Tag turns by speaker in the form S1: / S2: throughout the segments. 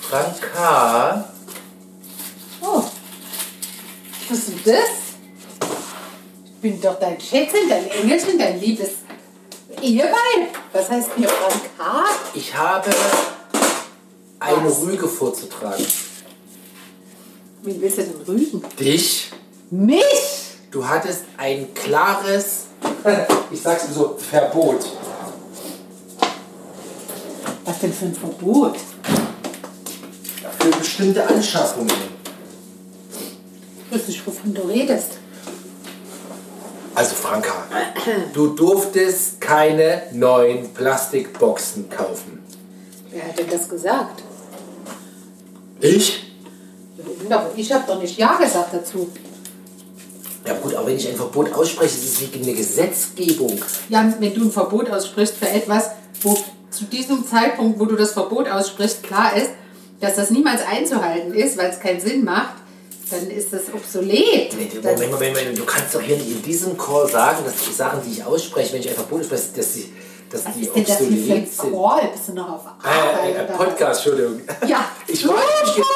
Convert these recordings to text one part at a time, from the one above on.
S1: Frank K.
S2: Oh. Was ist denn das? Ich bin doch dein Schätzchen, dein Engelchen, dein liebes Eheweib. Was heißt hier Frank K?
S1: Ich habe eine
S2: Was?
S1: Rüge vorzutragen.
S2: Wen willst du denn rügen?
S1: Dich?
S2: Mich!
S1: Du hattest ein klares, ich sag's dir so, Verbot.
S2: Was denn für ein Verbot?
S1: Für bestimmte Anschaffungen.
S2: Ich wüsste nicht, wovon du redest.
S1: Also Franka, du durftest keine neuen Plastikboxen kaufen.
S2: Wer hat denn das gesagt?
S1: Ich?
S2: Ja, eben doch. Ich habe doch nicht Ja gesagt dazu.
S1: Ja gut, aber wenn ich ein Verbot ausspreche, ist es wie eine Gesetzgebung.
S2: Jan, wenn du ein Verbot aussprichst für etwas, wo zu diesem Zeitpunkt, wo du das Verbot aussprichst, klar ist, dass das niemals einzuhalten ist, weil es keinen Sinn macht, dann ist das obsolet.
S1: Nee,
S2: Dann-
S1: Moment, Moment, Moment, du kannst doch hier in diesem Call sagen, dass die Sachen, die ich ausspreche, wenn ich ein Verbot ausspreche, dass die, dass
S2: was
S1: die
S2: ist denn das hier
S1: obsolet
S2: für ein
S1: sind.
S2: Call? Bist du noch auf Arbeit?
S1: Äh, äh,
S2: oder was?
S1: Podcast, Entschuldigung.
S2: Ja.
S1: Ich war, natürlich,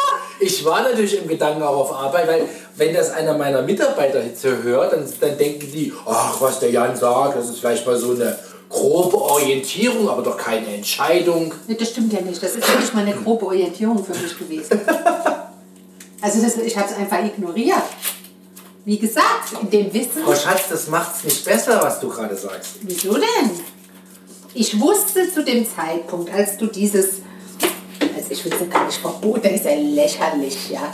S1: ich war natürlich im Gedanken auch auf Arbeit, weil wenn das einer meiner Mitarbeiter jetzt hier hört, dann, dann denken die, ach, was der Jan sagt, das ist vielleicht mal so eine grobe Orientierung, aber doch keine Entscheidung.
S2: Nee, das stimmt ja nicht. Das ist ja nicht mal eine grobe Orientierung für mich gewesen. Also das, ich habe es einfach ignoriert. Wie gesagt, in dem Wissen.
S1: Aber Oh, Schatz, das macht's nicht besser, was du gerade sagst.
S2: Wieso denn? Ich wusste zu dem Zeitpunkt, als du dieses. Also, ich will es gar nicht Verbot, das ist ja lächerlich, ja.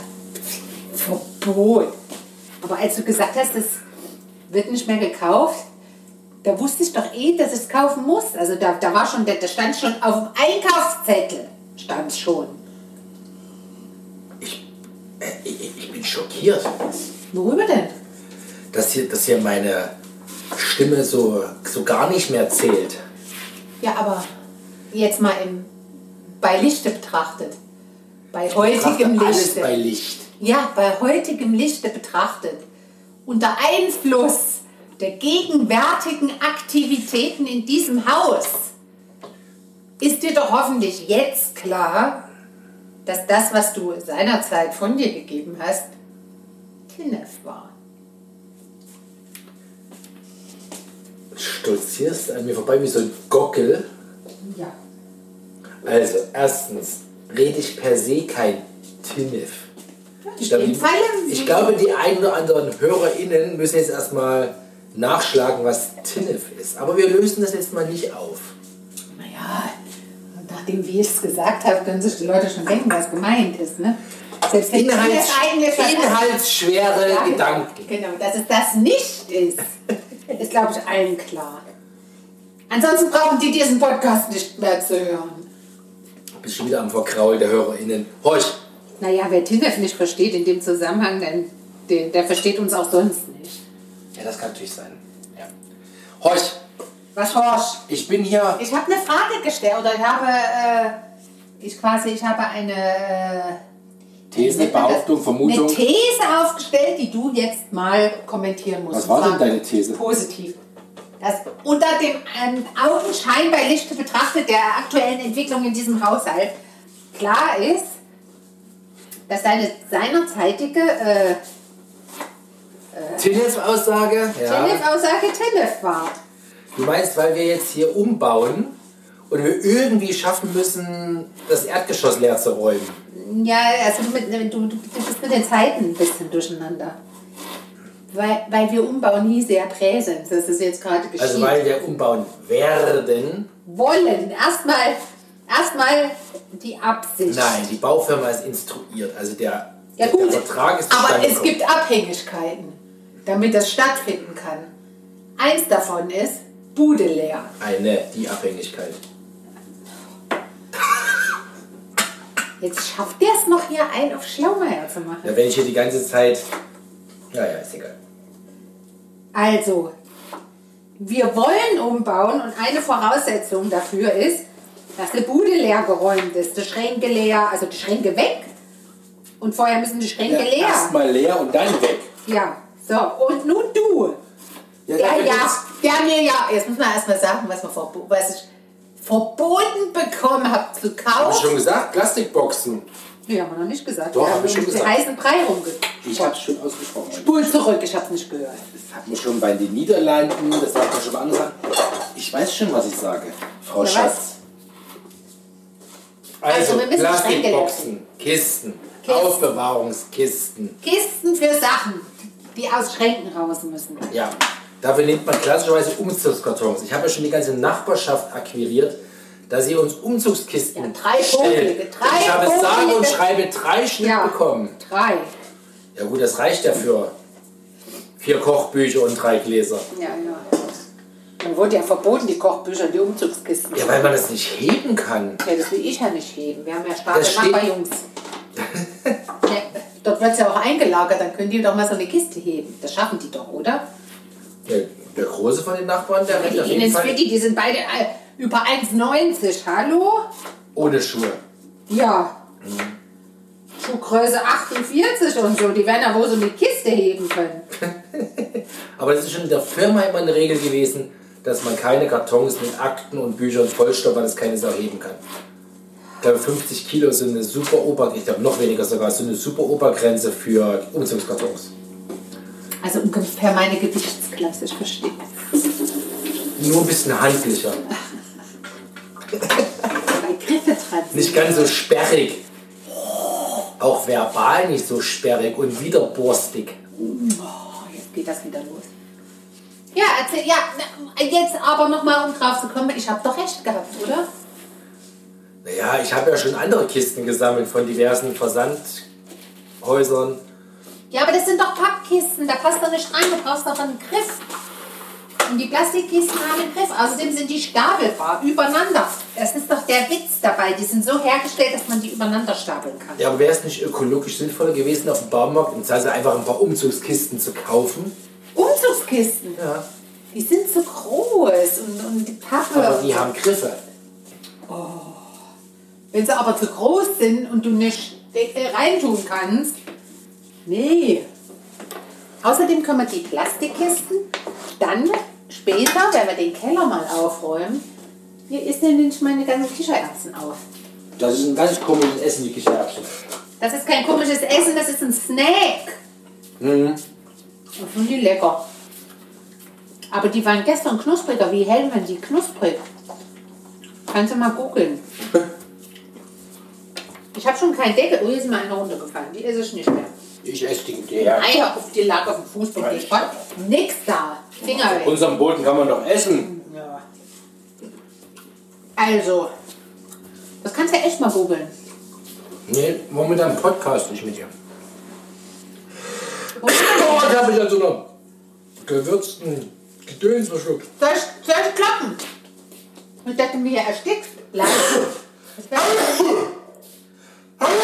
S2: Verbot. Aber als du gesagt hast, das wird nicht mehr gekauft, da wusste ich doch eh, dass ich es kaufen muss. Also, da, da war schon, der- da stand schon auf dem Einkaufszettel, stand schon.
S1: Ich, äh, ich, ich bin schockiert,
S2: Worüber denn?
S1: dass hier, dass hier meine Stimme so, so gar nicht mehr zählt.
S2: Ja, aber jetzt mal im, bei Lichte betrachtet. Bei
S1: Betrachte
S2: heutigem
S1: alles
S2: Lichte.
S1: bei Licht.
S2: Ja, bei heutigem Lichte betrachtet, unter Einfluss der gegenwärtigen Aktivitäten in diesem Haus, ist dir doch hoffentlich jetzt klar, dass das, was du seinerzeit von dir gegeben hast, Tinef war.
S1: Stolzierst an mir vorbei wie so ein Gockel.
S2: Ja.
S1: Also, erstens rede ich per se kein Tinnif. Ich glaube,
S2: dem Falle-
S1: ich glaube, die ein oder anderen HörerInnen müssen jetzt erstmal nachschlagen, was Tinnif ist. Aber wir lösen das jetzt mal nicht auf.
S2: Naja, nachdem wie ich es gesagt habe, können sich die Leute schon denken, was gemeint ist. Ne? Selbst wenn
S1: Inhalts,
S2: Tinef eingeschlagen hat-
S1: inhaltsschwere
S2: Ja,
S1: Gedanken.
S2: Genau, dass es das nicht ist, ist, glaube ich, allen klar. Ansonsten brauchen die diesen Podcast nicht mehr zu hören.
S1: Bist schon wieder am Verkraul der HörerInnen. Horch!
S2: Naja, wer Tinder nicht versteht in dem Zusammenhang, dann, den, der versteht uns auch sonst nicht.
S1: Ja, das kann natürlich sein. Ja. Horch!
S2: Was, Horsch?
S1: Ich bin hier.
S2: Ich habe eine Frage gestellt oder ich habe, äh, ich quasi, ich habe eine, äh,
S1: These, Behauptung,
S2: eine
S1: Vermutung.
S2: These aufgestellt, die du jetzt mal kommentieren musst.
S1: Was war denn
S2: Und zwar
S1: deine These?
S2: Positiv. Dass unter dem ähm, Augenschein bei Lichte betrachtet der aktuellen Entwicklung in diesem Haushalt klar ist, dass deine seinerzeitige äh,
S1: Tinnif-Aussage.
S2: Tennif-Aussage Tennif war.
S1: Du meinst, weil wir jetzt hier umbauen und wir irgendwie schaffen müssen, das Erdgeschoss leer zu räumen.
S2: Ja, also du, mit, du, du bist mit den Zeiten ein bisschen durcheinander. Weil, weil wir umbauen hieße ja Präsens, das ist jetzt gerade geschieht.
S1: Also weil wir umbauen werden.
S2: wollen. Erstmal erstmal die Absicht.
S1: Nein, die Baufirma ist instruiert. Also der, der
S2: Ja gut,
S1: Vertrag ist
S2: aber
S1: zustande
S2: es
S1: gekommen.
S2: gibt Abhängigkeiten, damit das stattfinden kann. Eins davon ist Bude leer.
S1: eine, die Abhängigkeit.
S2: Jetzt schafft der es noch hier ein auf Schlaumeier zu machen.
S1: Ja, wenn ich hier die ganze Zeit... Ja, ja, ist egal.
S2: Also, wir wollen umbauen und eine Voraussetzung dafür ist, dass die Bude leer geräumt ist, die Schränke leer, also die Schränke weg. Und vorher müssen die Schränke leer.
S1: Erstmal leer und dann weg.
S2: Ja, so, und nun du.
S1: Ja,
S2: Ja,
S1: dann-
S2: ja, ja, mir ja. Jetzt muss man erstmal sagen, was, man verbo was ich verboten bekommen habe zu
S1: Hab ich
S2: kaufen.
S1: schon gesagt, Plastikboxen.
S2: Nee, haben wir noch nicht gesagt.
S1: Doch,
S2: wir
S1: hab
S2: haben
S1: ich schon
S2: um den
S1: gesagt.
S2: heißen Brei rumgequatscht.
S1: Ich habe schon ausgesprochen.
S2: Spul zurück, ich hab's nicht gehört.
S1: Das hatten wir schon bei den Niederlanden, das hatten wir schon bei anderen Sachen. Ich weiß schon, was ich sage, Frau
S2: Na was?
S1: Schatz. Also,
S2: Also, wir müssen
S1: Plastikboxen, Kisten,
S2: Kisten.
S1: Aufbewahrungskisten.
S2: Kisten für Sachen, die aus Schränken raus müssen.
S1: Ja, dafür nimmt man klassischerweise Umzugskartons. Ich habe ja schon die ganze Nachbarschaft akquiriert, dass sie uns Umzugskisten
S2: Ja, drei
S1: stellt.
S2: Pokelige, drei
S1: ich habe
S2: Pokelige.
S1: sage und schreibe drei Stück
S2: Ja.
S1: bekommen.
S2: Drei.
S1: Ja gut, das reicht ja für vier Kochbücher und drei Gläser.
S2: Ja, ja. Dann wurde ja verboten, die Kochbücher, die Umzugskisten.
S1: Ja, weil man das nicht heben kann.
S2: Ja, das will ich ja nicht heben. Wir haben ja starke
S1: Das steht-
S2: Nachbarjungs. ja, dort wird es ja auch eingelagert, dann können die doch mal so eine Kiste heben. Das schaffen die doch, oder?
S1: Der, der Große von den Nachbarn, der rennt auf
S2: Die
S1: jeden
S2: Ines
S1: Fall
S2: Fitti, die sind beide all- über 1,90. Hallo?
S1: ohne Schuhe.
S2: Ja. Schuhgröße 48 und so. Die werden ja wohl so eine Kiste heben können.
S1: Aber das ist schon in der Firma immer eine Regel gewesen, dass man keine Kartons mit Akten und Büchern vollstopft, weil das keine Sau heben kann. Ich glaube, 50 Kilo sind eine super Ober, ich glaube noch weniger sogar, so eine super Obergrenze für Umzugskartons.
S2: Also ungefähr meine Gewichtsklasse, ich verstehe.
S1: Nur ein bisschen handlicher,
S2: Bei Griffe dran. sind.
S1: nicht ganz so sperrig. Auch verbal nicht so sperrig und wieder borstig.
S2: Oh, jetzt geht das wieder los. Ja, erzähl, ja, na, jetzt aber nochmal, um drauf zu kommen, ich habe doch recht gehabt, oder?
S1: Naja, ich habe ja schon andere Kisten gesammelt von diversen Versandhäusern.
S2: Ja, aber das sind doch Pappkisten, da passt doch nicht rein, du brauchst doch einen Griff. Und die Plastikkisten haben einen Griff, außerdem sind die stapelbar, übereinander. Das ist doch der Witz dabei, die sind so hergestellt, dass man die übereinander stapeln kann.
S1: Ja, aber wäre es nicht ökologisch sinnvoller gewesen, auf dem Baumarkt im Zweifel einfach ein paar Umzugskisten zu kaufen?
S2: Umzugskisten,
S1: Ja.
S2: die sind so groß und, und die
S1: Aber die
S2: Pappe.
S1: haben Griffe.
S2: Wenn sie aber zu groß sind und du nicht äh, reintun kannst, nee. Außerdem können wir die Plastikkisten dann später, wenn wir den Keller mal aufräumen, hier ist nämlich meine ganzen Kichererbsen auf.
S1: Das ist ein ganz komisches Essen, die Kichererbsen.
S2: Das ist kein komisches Essen, das ist ein Snack. Mhm. Und sind die lecker. Aber die waren gestern knuspriger. Wie hell waren die knusprig? Kannst du mal googeln. Ich habe schon keinen Deckel. Oh, hier ist mal eine runtergefallen. Die esse ich nicht mehr.
S1: Ich esse die Kichererbsen.
S2: Eier auf die lag auf dem Fußboden. Ich war nix da. Finger weg.
S1: Unserem Boden kann man doch essen.
S2: Ja. Also, das kannst du echt mal googeln.
S1: Nee, momentan podcast ich mit dir.
S2: Soll
S1: Oh, ich habe mich an so einer gewürzten Gedöns verschluckt.
S2: ich, soll ich klappen? Und dass du mir hier erstickst? Bleib. Was war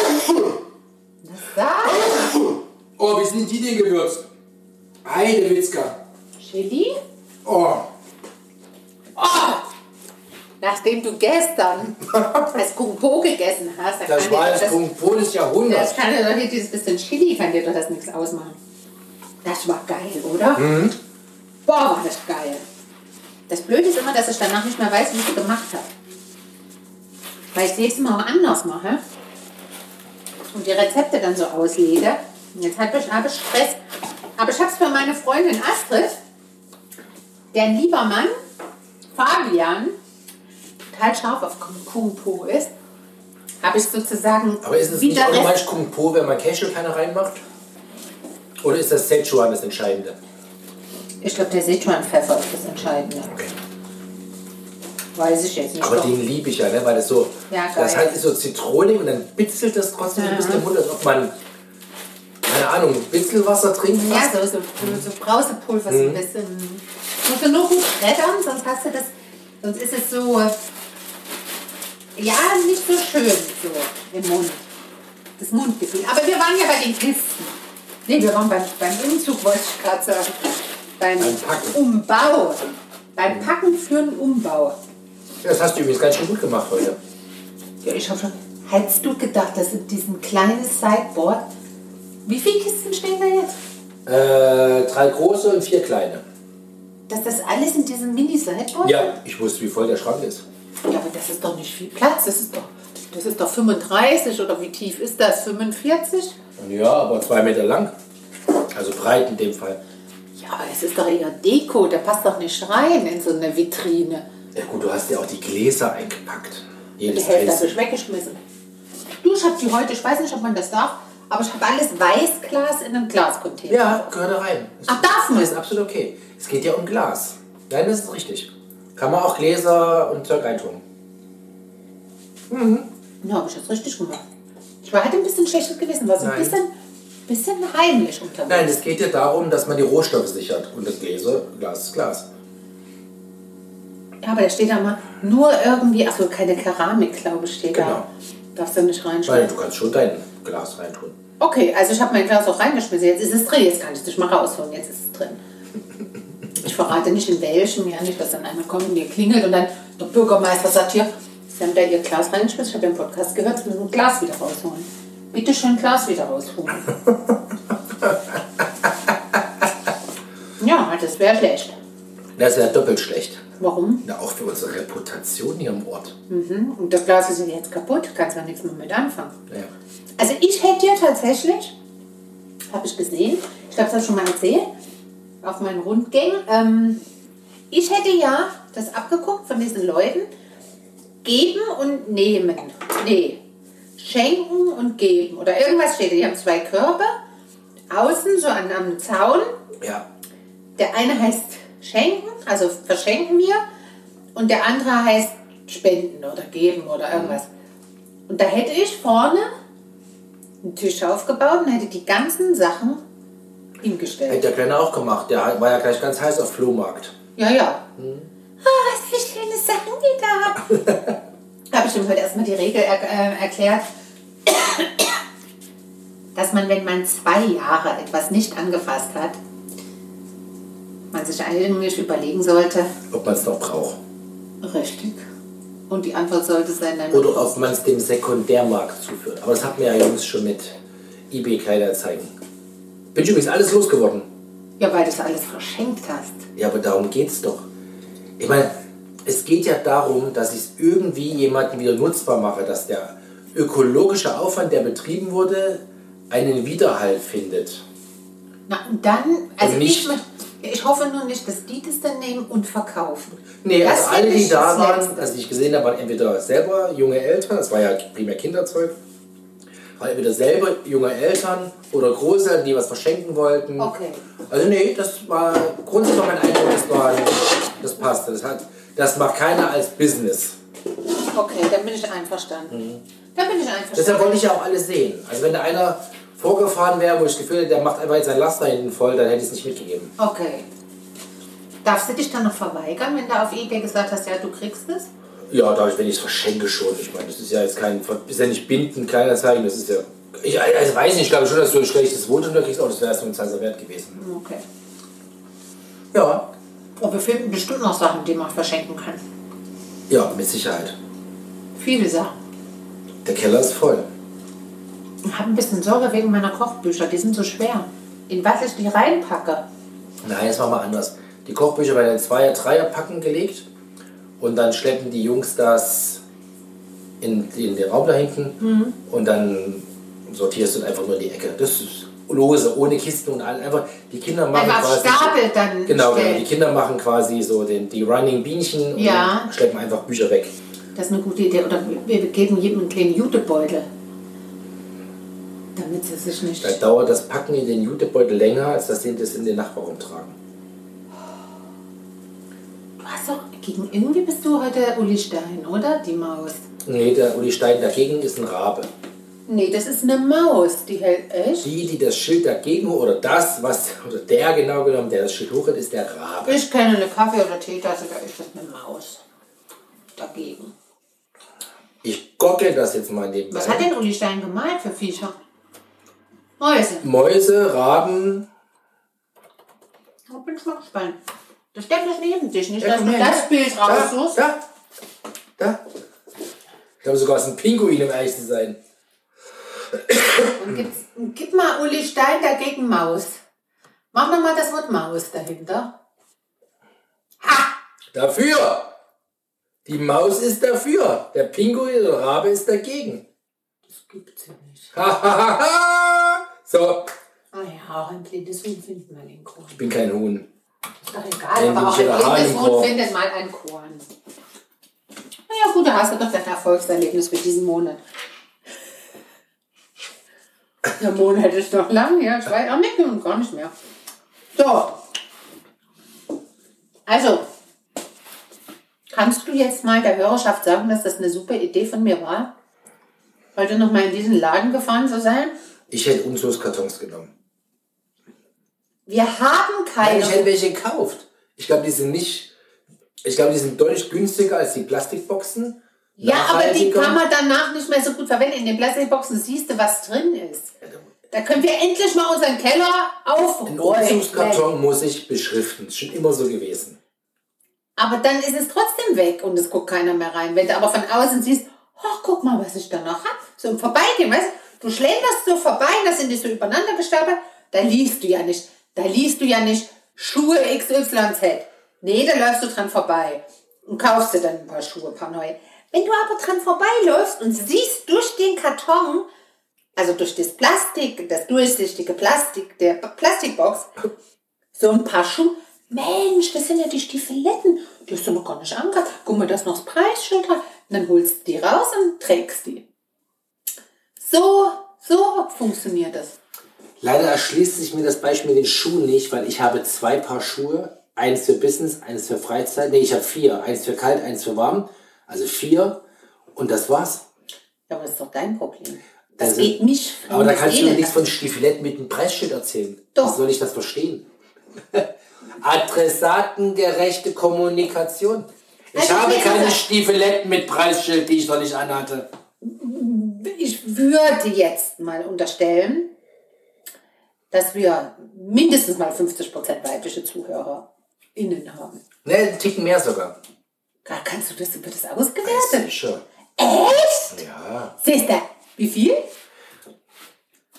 S2: das? Was war
S1: Oh, wie sind die denn gewürzt? Heidewitzka.
S2: das? Chili?
S1: Oh.
S2: Nachdem du gestern das Kung Po gegessen hast, dann
S1: Das
S2: kann dir
S1: war
S2: doch
S1: das Kung des Jahrhunderts.
S2: Das kann dir doch hier dieses bisschen Chili, kann dir doch das nichts ausmachen. Das war geil, oder? Mhm. Boah, war das geil. Das Blöde ist immer, dass ich danach nicht mehr weiß, wie ich es gemacht habe. Weil ich es nächstes Mal auch anders mache und die Rezepte dann so auslege. Und jetzt habe ich, habe ich Stress. Aber ich habe es für meine Freundin Astrid, deren lieber Mann Fabian total scharf auf Kung Po ist, habe ich sozusagen
S1: Aber ist es nicht
S2: wieder Rest
S1: automatisch Kung Po, wenn man Cashew keine reinmacht? Oder ist das Szechuan das Entscheidende?
S2: Ich glaube, der Sichuan-Pfeffer ist das Entscheidende. Weiß ich jetzt nicht.
S1: Aber
S2: Doch.
S1: den liebe ich ja, ne? weil das so,
S2: Ja, geil. Mhm.
S1: das hat ist so zitronig und dann bitzelt das trotzdem so ein bisschen im Mund, als ob man, keine Ahnung, ein bisschen Wasser trinken
S2: ja,
S1: lässt.
S2: so, so, so, so Brausepulver,
S1: Mhm.
S2: so ein bisschen. Musst du nur gut brettern, sonst hast du das. Sonst ist es so. Ja, nicht so schön so im Mund. Das Mundgefühl. Aber wir waren ja bei den Kisten. Nee, wir waren beim, beim Umzug, wollte ich gerade sagen. Beim,
S1: Beim Packen.
S2: Umbau. Beim Packen für einen Umbau.
S1: Das hast du übrigens ganz schön gut gemacht heute.
S2: Ja, ich habe schon. Hättest du gedacht, dass in diesem kleinen Sideboard. Wie viele Kisten stehen da jetzt?
S1: Äh, drei große und vier kleine.
S2: Dass das alles in diesem Mini-Sideboard?
S1: Ja, ich wusste, wie voll der Schrank ist.
S2: Ja, aber das ist doch nicht viel Platz. Das ist doch. Das ist doch 35 oder wie tief ist das? 45?
S1: Ja, aber zwei Meter lang. Also breit in dem Fall.
S2: Ja, aber es ist doch eher Deko, da passt doch nicht rein in so eine Vitrine.
S1: Ja gut, du hast ja auch die Gläser eingepackt.
S2: Die
S1: Jedes
S2: Hälfte habe
S1: Gläschen.
S2: ich weggeschmissen. Du, ich habe die heute, ich weiß nicht, ob man das darf, aber ich habe alles Weißglas in einem Glascontainer.
S1: Ja, gehört da rein. Ist-
S2: Ach, darf man?
S1: Ist absolut okay. Es geht ja um Glas. Nein, das ist richtig. Kann man auch Gläser und Zeug reintun.
S2: Ja, habe ich jetzt richtig gemacht. Ich war halt ein bisschen schlechtes Gewissen, war so ein
S1: Nein.
S2: bisschen, bisschen heimlich unterwegs.
S1: Nein, es geht ja darum, dass man die Rohstoffe sichert. Und das Gläser, Glas ist Glas.
S2: Ja, aber da steht da mal nur irgendwie, achso, keine Keramik, glaube ich, steht
S1: Genau.
S2: da. Darfst du nicht
S1: Nein,
S2: reinschmeißen.
S1: du kannst schon dein Glas reintun.
S2: Okay, also ich habe mein Glas auch reingeschmissen. Jetzt ist es drin, jetzt kann ich es nicht mal rausholen, jetzt ist es drin. Ich verrate nicht in welchem, ja nicht, dass dann einer kommt und mir klingelt und dann der Bürgermeister sagt hier, Sie haben da Ihr Glas reingeschmissen, ich habe den Podcast gehört, Sie müssen ein Glas wieder rausholen. Bitte schön Glas wieder rausholen. ja, das wäre schlecht.
S1: Das ist ja doppelt schlecht.
S2: Warum?
S1: Na, auch für unsere Reputation hier im Ort.
S2: Mhm. Und das Glas ist jetzt kaputt, kannst du nichts mehr mit anfangen.
S1: Naja.
S2: Also ich hätte ja tatsächlich, habe ich gesehen, ich glaube, das habe ich schon mal erzählt, auf meinen Rundgängen, ähm, ich hätte ja das abgeguckt von diesen Leuten, geben und nehmen. Nee, schenken und geben. Oder irgendwas steht da. Die haben zwei Körbe, außen so an einem Zaun.
S1: Ja.
S2: Der eine heißt schenken, also verschenken wir. Und der andere heißt spenden oder geben oder irgendwas. Und da hätte ich vorne einen Tisch aufgebaut und hätte die ganzen Sachen hingestellt.
S1: Hätte der Kleine auch gemacht. Der war ja gleich ganz heiß auf Flohmarkt.
S2: Ja, ja. Ah, was für schöne Sachen die da Da habe ich ihm heute erstmal die Regel er äh, erklärt, dass man, wenn man zwei Jahre etwas nicht angefasst hat, man sich eigentlich überlegen sollte,
S1: Ob man es noch braucht.
S2: richtig. Und die Antwort sollte sein, nein.
S1: Oder ob man es dem Sekundärmarkt zuführt. Aber das hatten wir ja jüngst schon mit eBay-Kleiderzeigen. Bin ich übrigens alles losgeworden.
S2: Ja, weil du es alles verschenkt hast.
S1: Ja, aber darum geht's doch. Ich meine, es geht ja darum, dass ich es irgendwie jemandem wieder nutzbar mache, dass der ökologische Aufwand, der betrieben wurde, einen Widerhall findet.
S2: Na, und dann, also
S1: Und
S2: ich,
S1: nicht-
S2: möcht- ja, ich hoffe nur nicht, dass die das dann nehmen und verkaufen.
S1: Nee,
S2: Das
S1: also alle,
S2: finde
S1: die
S2: ich
S1: da
S2: das
S1: waren,
S2: Letzte.
S1: also die ich gesehen habe, waren entweder selber junge Eltern, das war ja primär Kinderzeug, waren entweder selber junge Eltern oder Großeltern, die was verschenken wollten.
S2: Okay.
S1: Also nee, das war grundsätzlich war mein Eindruck, das, war, das passte. Das, hat, das macht keiner als Business.
S2: Okay, dann bin ich einverstanden. Dann bin ich einverstanden.
S1: Mhm. Deshalb wollte ich ja auch alles sehen. Also wenn da einer vorgefahren wäre, wo ich das Gefühl hätte, der macht einfach jetzt sein Laster hinten voll, dann hätte ich es nicht mitgegeben.
S2: Okay. Darfst du dich dann noch verweigern, wenn du auf Ebay gesagt hast, ja, du kriegst es?
S1: Ja, dadurch, wenn ich es verschenke schon. Ich meine, das ist ja jetzt kein, ist ja nicht bindend, keiner zeigen, das ist ja... Ich also weiß nicht, ich glaube schon, dass du ein schlechtes Wohnzimmer kriegst, aber das wäre erst nur ein Zeiser wert gewesen.
S2: Okay.
S1: Ja.
S2: Aber wir finden bestimmt noch Sachen, die man verschenken kann.
S1: Ja, mit Sicherheit.
S2: Viele Sachen.
S1: Der Keller ist voll.
S2: Ich habe ein bisschen Sorge wegen meiner Kochbücher, die sind so schwer. In was ich die reinpacke.
S1: Nein, jetzt machen wir anders. Die Kochbücher werden in Zweier-, Dreier-Packen gelegt und dann schleppen die Jungs das in, in den Raum da hinten
S2: Mhm.
S1: und dann sortierst du es einfach nur in die Ecke. Das ist lose, ohne Kisten und all, einfach die Kinder machen
S2: Einfach
S1: quasi...
S2: Stapel
S1: Genau,
S2: dann
S1: genau,
S2: stellen.
S1: die Kinder machen quasi so den, die Running Bienchen und
S2: Ja.
S1: schleppen einfach Bücher weg.
S2: Das ist eine gute Idee. Oder wir geben jedem einen kleinen Jutebeutel. Damit sie sich nicht.
S1: Da dauert das Packen in den Jutebeutel länger, als dass sie das in den Nachbarraum tragen.
S2: Du hast doch. Gegen irgendwie bist du heute Uli Stein, oder? Die Maus.
S1: Nee, der Uli Stein dagegen ist ein Rabe.
S2: Nee, das ist eine Maus. Die hält. Echt?
S1: Die, die das Schild dagegen oder das, was, oder der genau genommen, der das Schild hochhält, ist der Rabe.
S2: Ich kenne eine Kaffee- oder Teetasse, da ist das eine Maus. Dagegen.
S1: Ich gockel das jetzt mal nebenbei.
S2: Was hat denn Uli Stein gemalt für Viecher? Mäuse.
S1: Mäuse, Raben.
S2: Da bin ich mal gespannt. Das steckt das neben dich, nicht,
S1: Ja,
S2: dass
S1: komm
S2: du
S1: her,
S2: das
S1: ne?
S2: Bild
S1: Da,
S2: raussuchst.
S1: Da, da. Ich glaube sogar, es ist ein Pinguin, um ehrlich zu sein.
S2: Und gibt's, gib mal Uli Stein dagegen Maus. Mach noch mal das Wort Maus dahinter.
S1: Dafür! Die Maus ist dafür, der Pinguin oder Rabe ist dagegen.
S2: Das gibt's ja nicht.
S1: Hahaha. so,
S2: Ah ja, ein blindes Huhn findet mal ein Korn.
S1: ich bin kein Huhn.
S2: Ist doch
S1: Ein
S2: egal, aber auch ein
S1: Michel Hahn im
S2: blindes Huhn
S1: Korn.
S2: findet mal ein Korn. Naja gut, da hast du doch dein Erfolgserlebnis für diesen Monat. Der Monat ist noch lang, ja, ich weiß auch nicht, und gar nicht mehr. So. Also, kannst du jetzt mal der Hörerschaft sagen, dass das eine super Idee von mir war? Heute nochmal in diesen Laden gefahren zu sein?
S1: Ich hätte unzu's Kartons genommen.
S2: Wir haben
S1: Nein,
S2: keine.
S1: ich hätte welche gekauft. Ich glaube, die sind nicht. Ich glaube, die sind deutlich günstiger als die Plastikboxen.
S2: Ja, aber die
S1: Nachhaltiger.
S2: kann man danach nicht mehr so gut verwenden. In den Plastikboxen siehst du, was drin ist. Da können wir endlich mal unseren Keller
S1: Ein
S2: aufräumen.
S1: Ordnungskarton muss ich beschriften. Ist schon immer so gewesen.
S2: Aber dann ist es trotzdem weg und es guckt keiner mehr rein. Wenn du aber von außen siehst, oh, guck mal, was ich da noch hab, so im Vorbeigehen, weißt du, du schlenderst so vorbei, das sind die so übereinander gestapelt, da liest du ja nicht. Da liest du ja nicht Schuhe XYZ. Nee, da läufst du dran vorbei und kaufst dir dann ein paar Schuhe, ein paar neue. Wenn du aber dran vorbeiläufst und siehst durch den Karton, also durch das Plastik, das durchsichtige Plastik der Plastikbox, so ein paar Schuhe. Mensch, das sind ja die Stiefeletten. Die hast du noch gar nicht angehört. Guck mal, das ist noch das Preisschild dran. Und dann holst du die raus und trägst die. So, so funktioniert das.
S1: Leider erschließt sich mir das Beispiel mit den Schuhen nicht, weil ich habe zwei Paar Schuhe. Eins für Business, eins für Freizeit. Nee, ich habe vier. Eins für kalt, eins für warm. Also vier. Und das war's.
S2: Ja, aber das ist doch dein Problem. Das
S1: Also-
S2: geht mich
S1: Aber da
S2: das
S1: kannst du
S2: Elend
S1: mir nichts
S2: an.
S1: von Stiefeletten mit einem Preisschild erzählen.
S2: Doch.
S1: Wie soll ich das verstehen? Adressatengerechte Kommunikation. Ich
S2: Also,
S1: habe
S2: wie
S1: keine
S2: gesagt-
S1: Stiefeletten mit Preisschild, die ich noch nicht anhatte.
S2: Ich würde jetzt mal unterstellen, dass wir mindestens mal 50% weibliche ZuhörerInnen haben.
S1: Ne, einen Ticken mehr sogar.
S2: Gar kannst du das, wird das ausgewertet?
S1: Sicher.
S2: Echt?
S1: Ja.
S2: Siehst du, wie viel?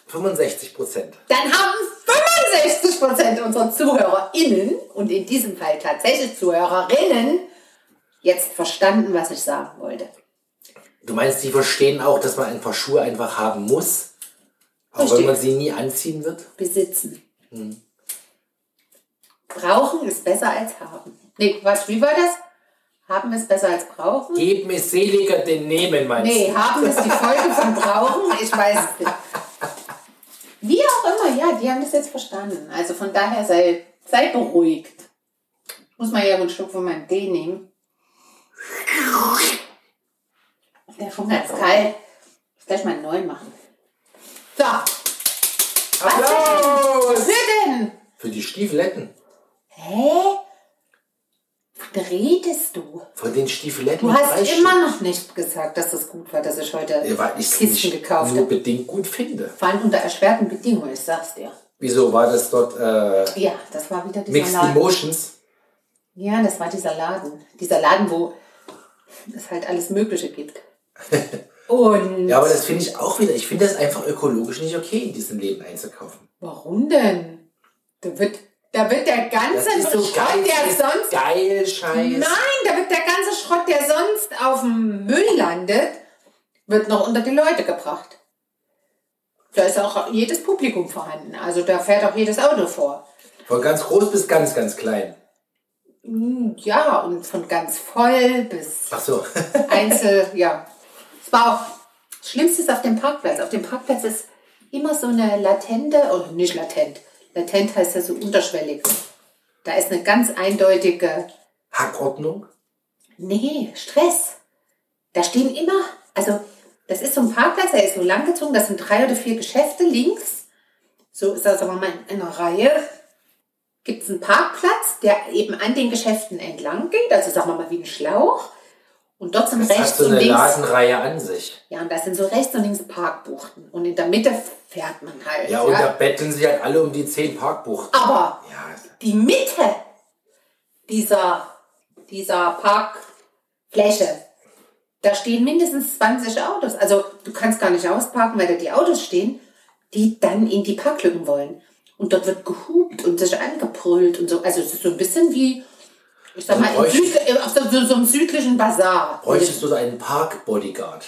S1: 65 Prozent.
S2: dann haben 65% unserer ZuhörerInnen und in diesem Fall tatsächlich ZuhörerInnen jetzt verstanden, was ich sagen wollte.
S1: Du meinst, die verstehen auch, dass man ein paar Schuhe einfach haben muss? Auch
S2: Verstehe.
S1: wenn man sie nie anziehen wird?
S2: Besitzen. Brauchen ist besser als haben. Nee, was, wie war das? Haben ist besser als brauchen?
S1: Geben ist seliger denn nehmen, meinst
S2: Nee,
S1: du?
S2: haben ist die Folge von brauchen? Ich weiß es nicht. Wie auch immer, ja, die haben das jetzt verstanden. Also von daher sei, sei beruhigt. Muss man ja einen Schluck von meinem Tee nehmen. Der schon ganz kalt. Ich gleich mal einen neuen machen. So, was
S1: Applaus!
S2: denn?
S1: Für die Stiefeletten.
S2: Hä? Was redest du?
S1: Von den Stiefeletten
S2: Du
S1: mit
S2: hast
S1: Preisschild.
S2: immer noch nicht gesagt, dass das gut war, dass ich heute
S1: Ja, Weil ich
S2: Kisten gekauft habe.
S1: bedingt gut finde.
S2: Vor allem unter erschwerten Bedingungen, ich sag's dir.
S1: Wieso war das dort äh,
S2: Ja, das war wieder dieser
S1: Mixed
S2: Laden.
S1: Emotions?
S2: Ja, das war dieser Laden. Dieser Laden, wo es halt alles Mögliche gibt. Und
S1: Ja, aber das finde ich auch wieder. Ich finde das einfach ökologisch nicht okay, in diesem Leben einzukaufen.
S2: warum denn? Da wird, da wird der
S1: Das
S2: ganze
S1: ist so
S2: Schrott,
S1: geil,
S2: der
S1: ist
S2: sonst.
S1: geil, scheiß.
S2: Nein, da wird der ganze Schrott, der sonst auf dem Müll landet, wird noch unter die Leute gebracht. Da ist auch jedes Publikum vorhanden. Also da fährt auch jedes Auto vor.
S1: Von ganz groß bis ganz, ganz klein.
S2: Mm, Ja, und von ganz voll bis
S1: Ach so.
S2: Einzel, ja. Es war auch das Schlimmste ist auf dem Parkplatz. Auf dem Parkplatz ist immer so eine latente, oder nicht latent. Latent heißt ja so unterschwellig. Da ist eine ganz eindeutige,
S1: Hackordnung?
S2: nee, Stress. Da stehen immer, also das ist so ein Parkplatz, der ist so langgezogen, das sind drei oder vier Geschäfte links. So ist das aber mal in einer Reihe. Gibt es einen Parkplatz, der eben an den Geschäften entlang geht, also sagen wir mal wie ein Schlauch. Und dort sind
S1: Das hat
S2: rechts
S1: so
S2: und
S1: eine
S2: links
S1: Ladenreihe an sich.
S2: ja, und das sind so rechts und links Parkbuchten. Und in der Mitte fährt man halt.
S1: Ja, und da betteln sich halt alle um die zehn Parkbuchten.
S2: Aber
S1: Ja,
S2: die Mitte dieser, dieser Parkfläche, da stehen mindestens 20 Autos. Also du kannst gar nicht ausparken, weil da die Autos stehen, die dann in die Parklücken wollen. Und dort wird gehupt und sich angebrüllt und so. Also es ist so ein bisschen wie Ich sag mal, im
S1: Also bräuchte-
S2: Süd, auf so, so, so einem südlichen Bazar.
S1: Bräuchtest du so einen Park-Bodyguard?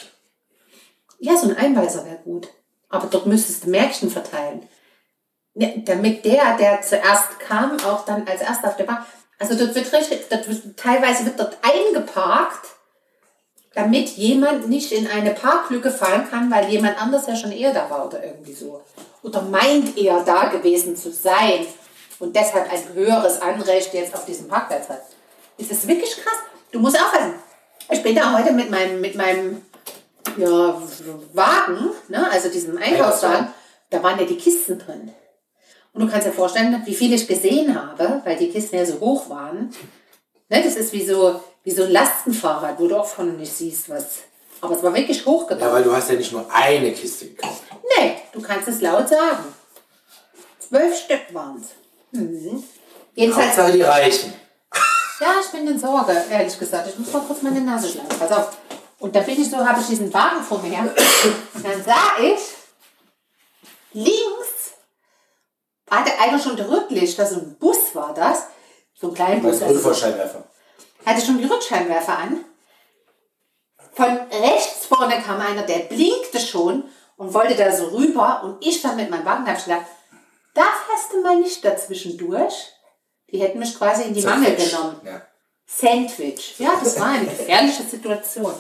S2: Ja, so ein Einweiser wäre gut. Aber dort müsstest du Märkchen verteilen. Ja, damit der, der zuerst kam, auch dann als erster auf der Bank. Also dort wird richtig, dort wird, teilweise wird dort eingeparkt, damit jemand nicht in eine Parklücke fahren kann, weil jemand anders ja schon eher da war oder irgendwie so. Oder meint eher da gewesen zu sein und deshalb ein höheres Anrecht jetzt auf diesem Parkplatz hat. Es ist wirklich krass. Du musst aufpassen. Ich bin da heute mit meinem, mit meinem ja, Wagen, ne, also diesem Einkaufswagen, da waren ja die Kisten drin. Und du kannst dir vorstellen, wie viel ich gesehen habe, weil die Kisten ja so hoch waren. Ne, das ist wie so, wie so ein Lastenfahrrad, wo du auch vorne nicht siehst, was. Aber es war wirklich
S1: Ja,
S2: hochgebaut.
S1: weil du hast ja nicht nur eine Kiste gekauft.
S2: nee, du kannst es laut sagen. Zwölf Stück waren es. Mhm. Jedenfalls,
S1: Hauptsache die Reichen.
S2: ja, ich bin in Sorge, ehrlich gesagt. Ich muss mal kurz meine Nase schlagen. Pass auf. Und da bin ich so, habe ich diesen Wagen vor mir. Und dann sah ich, links hatte einer schon die Rücklichter, so ein Bus war das. So ein kleiner Bus.
S1: Als
S2: also so-
S1: Rückfahrscheinwerfer.
S2: hatte schon die Rückscheinwerfer an. Von rechts vorne kam einer, der blinkte schon und wollte da so rüber. Und ich stand mit meinem Wagen und hab gedacht, da fährst du mal nicht dazwischen durch. Die hätten mich quasi in die Mangel genommen.
S1: Ja.
S2: Sandwich. Ja, das war eine gefährliche Situation.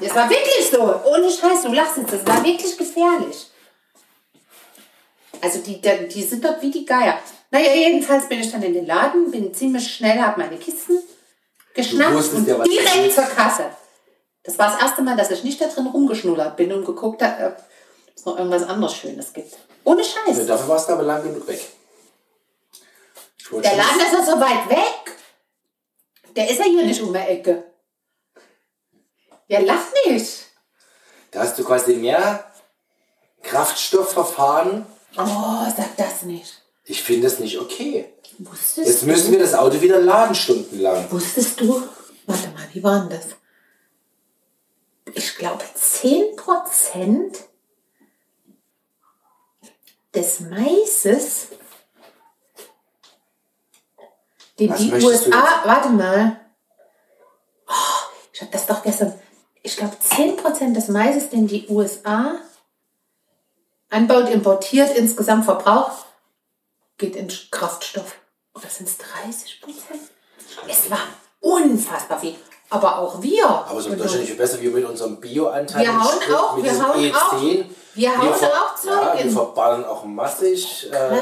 S2: Das war wirklich so. Ohne Scheiß, du lachst jetzt. Das war wirklich gefährlich. Also die, die, die sind dort wie die Geier. Naja, jedenfalls bin ich dann in den Laden, bin ziemlich schnell, habe meine Kisten
S1: Du
S2: geschnappt
S1: wusstest
S2: und
S1: ja, was du
S2: direkt
S1: willst.
S2: zur Kasse. Das war das erste Mal, dass ich nicht da drin rumgeschnullert bin und geguckt habe, ob es noch irgendwas anderes Schönes gibt. Ohne Scheiß.
S1: Ja, Also Dafür warst du aber lang genug weg. Ich wollte
S2: Der
S1: schon-
S2: Laden ist ja so weit weg. Der ist ja hier nicht um die Ecke. Ja, lach nicht.
S1: Da hast du quasi mehr Kraftstoff verfahren.
S2: Oh, sag das nicht.
S1: Ich finde es nicht okay.
S2: Wusstest,
S1: Jetzt müssen wir das Auto wieder laden stundenlang.
S2: wusstest du? Warte mal, wie war denn das? Ich glaube, 10% des Maises, den
S1: Was
S2: die
S1: möchtest du
S2: USA. Warte mal. Oh, ich habe das doch gestern. Ich glaube, 10% des Maises, den die USA anbaut, importiert, insgesamt verbraucht, geht in Kraftstoff. Oder sind es 30 Prozent? Es war unfassbar viel. Aber auch wir.
S1: Aber so in
S2: Und
S1: Deutschland
S2: so-
S1: nicht viel besser wie mit unserem Bioanteil.
S2: Genau. Wir hauen
S1: Sprit,
S2: auch,
S1: mit
S2: wir
S1: diesem
S2: hauen
S1: E10.
S2: auch. Wir hauen auch Zeug
S1: ja, Wir
S2: in.
S1: verballern auch massig. Äh,